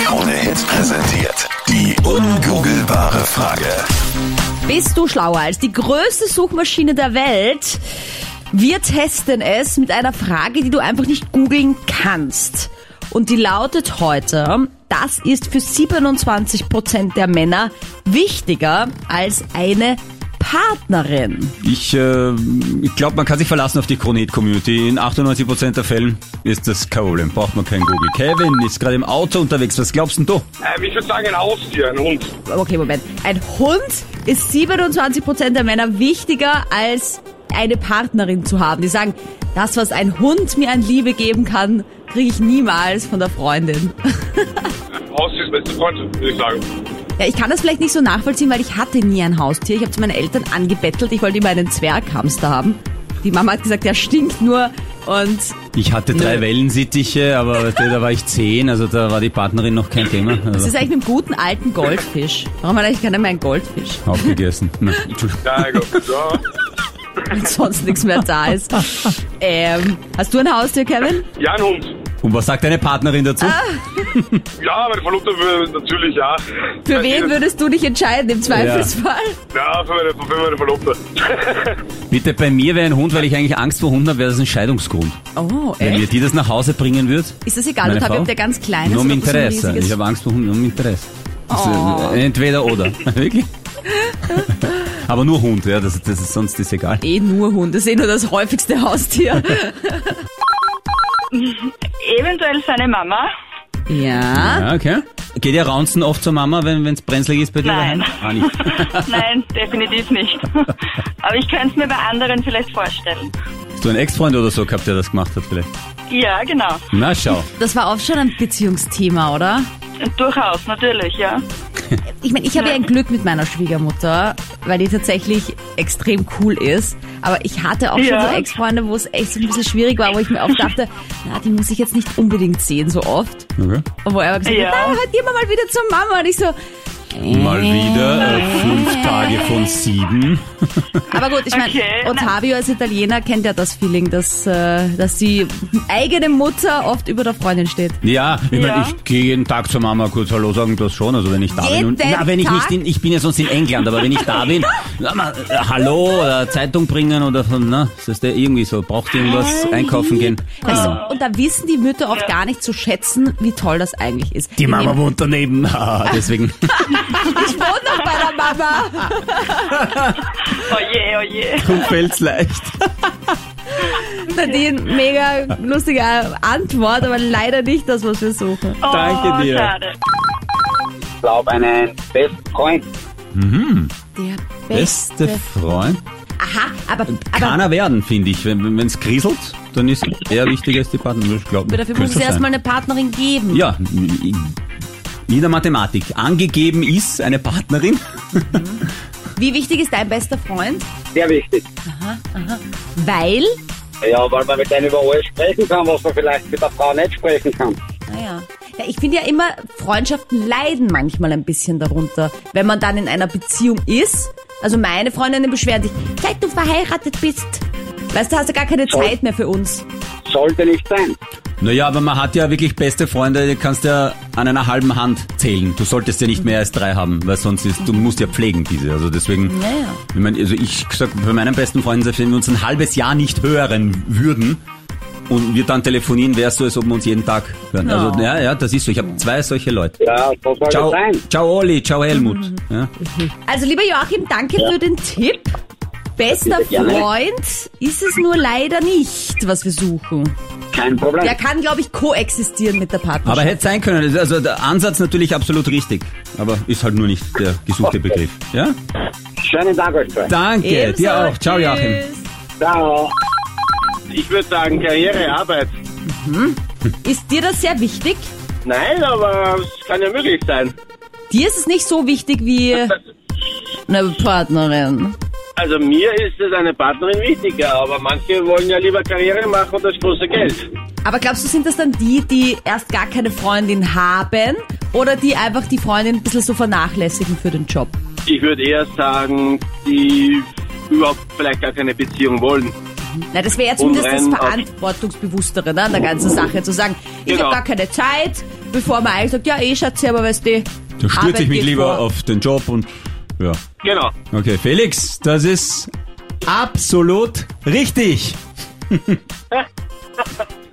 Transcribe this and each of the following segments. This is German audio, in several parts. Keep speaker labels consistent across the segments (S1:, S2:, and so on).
S1: Krone Hits präsentiert. Die ungoogelbare Frage.
S2: Bist du schlauer als die größte Suchmaschine der Welt? Wir testen es mit einer Frage, die du einfach nicht googeln kannst. Und die lautet heute, das ist für 27% der Männer wichtiger als eine Partnerin.
S3: Ich, äh, ich glaube, man kann sich verlassen auf die Kronit-Community. In 98% der Fällen ist das kein Problem. Braucht man keinen Google. Kevin ist gerade im Auto unterwegs. Was glaubst denn du?
S4: Ähm, ich würde sagen, ein Haustier, ein Hund.
S2: Okay, Moment. Ein Hund ist 27% der Männer wichtiger als eine Partnerin zu haben. Die sagen, das, was ein Hund mir an Liebe geben kann, kriege ich niemals von der Freundin.
S4: Haustier ist beste Freund, würde ich sagen.
S2: Ja, ich kann das vielleicht nicht so nachvollziehen, weil ich hatte nie ein Haustier. Ich habe zu meinen Eltern angebettelt, ich wollte immer einen Zwerghamster haben. Die Mama hat gesagt, der stinkt nur und
S3: Ich hatte drei
S2: Nö.
S3: Wellensittiche, aber weißt du, da war ich zehn, also da war die Partnerin noch kein Thema.
S2: das
S3: Also,
S2: ist eigentlich mit einem guten alten Goldfisch. Warum hat eigentlich keiner mehr einen Goldfisch?
S3: aufgegessen. Na, Entschuldigung.
S4: Ja, ich glaub, ja.
S2: Wenn sonst nichts mehr da ist. Ähm, hast du ein Haustier, Kevin?
S4: ja, ein Hund.
S3: Und was sagt deine Partnerin dazu?
S2: Ah.
S4: Ja, meine Verlobte würde natürlich, ja.
S2: Für wen würdest du dich entscheiden im Zweifelsfall?
S4: Ja, für meine, für meine Verlobte.
S3: Bitte, bei mir wäre ein Hund, weil ich eigentlich Angst vor Hunden habe, wäre das ein Scheidungsgrund.
S2: Oh,
S3: Wenn mir
S2: echt?
S3: die das nach Hause bringen würde,
S2: Ist das egal?
S3: Meine
S2: du
S3: Frau?
S2: habt ja ganz kleines
S3: nur um
S2: oder so ein
S3: Interesse.
S2: riesiges-
S3: Ich habe Angst vor Hunden, nur um Interesse. Das,
S2: Oh.
S3: äh, Entweder oder. Wirklich? Aber nur Hund, ja, das, das ist sonst ist egal.
S2: eh nur Hund. Das ist eh nur das häufigste Haustier.
S5: Eventuell seine Mama.
S2: ja.
S3: Ja, okay. Geht ihr raunzen oft zur Mama, wenn es brenzlig ist bei dir
S5: Nein.
S3: daheim? Ah, nicht.
S5: Nein, definitiv nicht. Aber ich könnte es mir bei anderen vielleicht vorstellen.
S3: Hast du einen Ex-Freund oder so gehabt, der das gemacht hat vielleicht?
S5: Ja, genau.
S3: Na, schau.
S2: Das war auch schon ein Beziehungsthema, oder?
S5: Durchaus, natürlich, ja.
S2: Ich meine, ich habe ja ein Glück mit meiner Schwiegermutter, weil die tatsächlich extrem cool ist. Aber ich hatte auch schon
S5: Ja.
S2: so Ex-Freunde, wo es echt so ein bisschen schwierig war, wo ich mir auch dachte, na, die muss ich jetzt nicht unbedingt sehen so oft.
S3: Okay.
S2: Und wo er aber gesagt
S5: Ja.
S2: hat, na, heute gehen wir mal wieder zur Mama. Und ich so,
S3: Mal wieder äh, fünf Tage von sieben.
S2: aber gut, ich meine,
S5: Okay, na.
S2: Ottavio als Italiener kennt ja das Feeling, dass, äh, dass die eigene Mutter oft über der Freundin steht.
S3: Ja, ich mein,
S5: Ja.
S3: ich gehe jeden Tag zur Mama kurz Hallo sagen, das schon. Also wenn ich da bin. Und,
S2: Jeden
S3: na, wenn ich nicht
S2: Tag?
S3: in, ich bin ja sonst in England, aber wenn ich da bin, na, mal, äh, Hallo oder Zeitung bringen oder von, na, das ist der irgendwie so, braucht irgendwas, einkaufen gehen. Ah,
S2: Weißt du, und da wissen die Mütter oft gar nicht zu schätzen, wie toll das eigentlich ist.
S3: Die
S2: Wir
S3: Mama
S2: nehmen-
S3: wohnt daneben. Ah, Deswegen.
S2: Ich wohne noch bei der Mama.
S5: Oh je, oh je.
S3: Drum fällt's leicht.
S2: Nadine, mega lustige Antwort, aber leider nicht das, was wir suchen.
S5: Oh,
S3: Danke dir.
S5: Schade.
S6: glaube einen besten Freund.
S2: Der
S3: Beste Freund.
S2: Aha, aber,
S3: Kann
S2: aber
S3: er werden, finde ich. Wenn wenn's kriselt, dann ist er wichtiger als die Partnerin. Ich glaub,
S2: dafür muss
S3: könnte
S2: es
S3: sein.
S2: erstmal eine Partnerin geben.
S3: Ja, in der Mathematik. Angegeben ist eine Partnerin.
S2: Wie wichtig ist dein bester Freund?
S6: Sehr wichtig.
S2: Weil?
S6: Ja, weil man mit denen über alles sprechen kann, was man vielleicht mit der Frau nicht sprechen kann.
S2: Naja. Ja, ich finde ja immer, Freundschaften leiden manchmal ein bisschen darunter, wenn man dann in einer Beziehung ist. Also meine Freundinnen beschweren sich, seit du verheiratet bist. Weißt du, hast du gar keine Zeit mehr für uns.
S6: Sollte nicht sein.
S3: Naja, aber man hat ja wirklich beste Freunde, die kannst ja an einer halben Hand zählen. Du solltest ja nicht mehr als drei haben, weil sonst ist, du musst ja pflegen diese. Also deswegen,
S2: Naja.
S3: ich meine, also ich sag, bei meinen besten Freunden, selbst wenn wir uns ein halbes Jahr nicht hören würden und wir dann telefonieren, wäre es so, als ob wir uns jeden Tag hören. Also ja, ja, das ist so. Ich habe zwei solche Leute.
S6: Ja, so soll
S3: Ciao,
S6: es sein.
S3: ciao Oli, ciao Helmut. Ja.
S2: Also lieber Joachim, danke für den Tipp. Bester
S6: Bitte gerne.
S2: Freund ist es nur leider nicht, was wir suchen.
S6: Kein Problem.
S2: Der kann, glaube ich, koexistieren mit der Partnerschaft.
S3: Aber hätte sein können. Also der Ansatz natürlich absolut richtig. Aber ist halt nur nicht der gesuchte Begriff. Ja?
S6: Schönen Tag euch zwei.
S3: Danke,
S2: Ebenso,
S3: dir auch. Ciao,
S2: tschüss.
S3: Joachim.
S6: Ciao.
S4: Ich würde sagen, Karriere, Arbeit.
S2: Ist dir das sehr wichtig?
S4: Nein, aber es kann ja möglich sein.
S2: Dir ist es nicht so wichtig wie eine Partnerin.
S4: Also mir ist es eine Partnerin wichtiger, aber manche wollen ja lieber Karriere machen und das große Geld.
S2: Aber glaubst du, sind das dann die, die erst gar keine Freundin haben oder die einfach die Freundin ein bisschen so vernachlässigen für den Job?
S4: Ich würde eher sagen, die überhaupt vielleicht gar keine Beziehung wollen.
S2: Na, das wäre ja zumindest das
S4: rein auf-
S2: Verantwortungsbewusstere ne, an der ganzen Sache, zu sagen, ich
S4: Genau.
S2: habe gar keine Zeit, bevor man eigentlich sagt, ja, eh, Schatzi, aber weißt du,
S3: Da
S2: Arbeit
S3: stürze ich mich
S2: geht
S3: lieber
S2: vor.
S3: auf den Job und ja.
S4: Genau.
S3: Okay, Felix, das ist absolut richtig.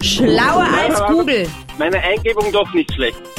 S2: Schlauer als Google.
S4: Meine Eingebung doch nicht schlecht.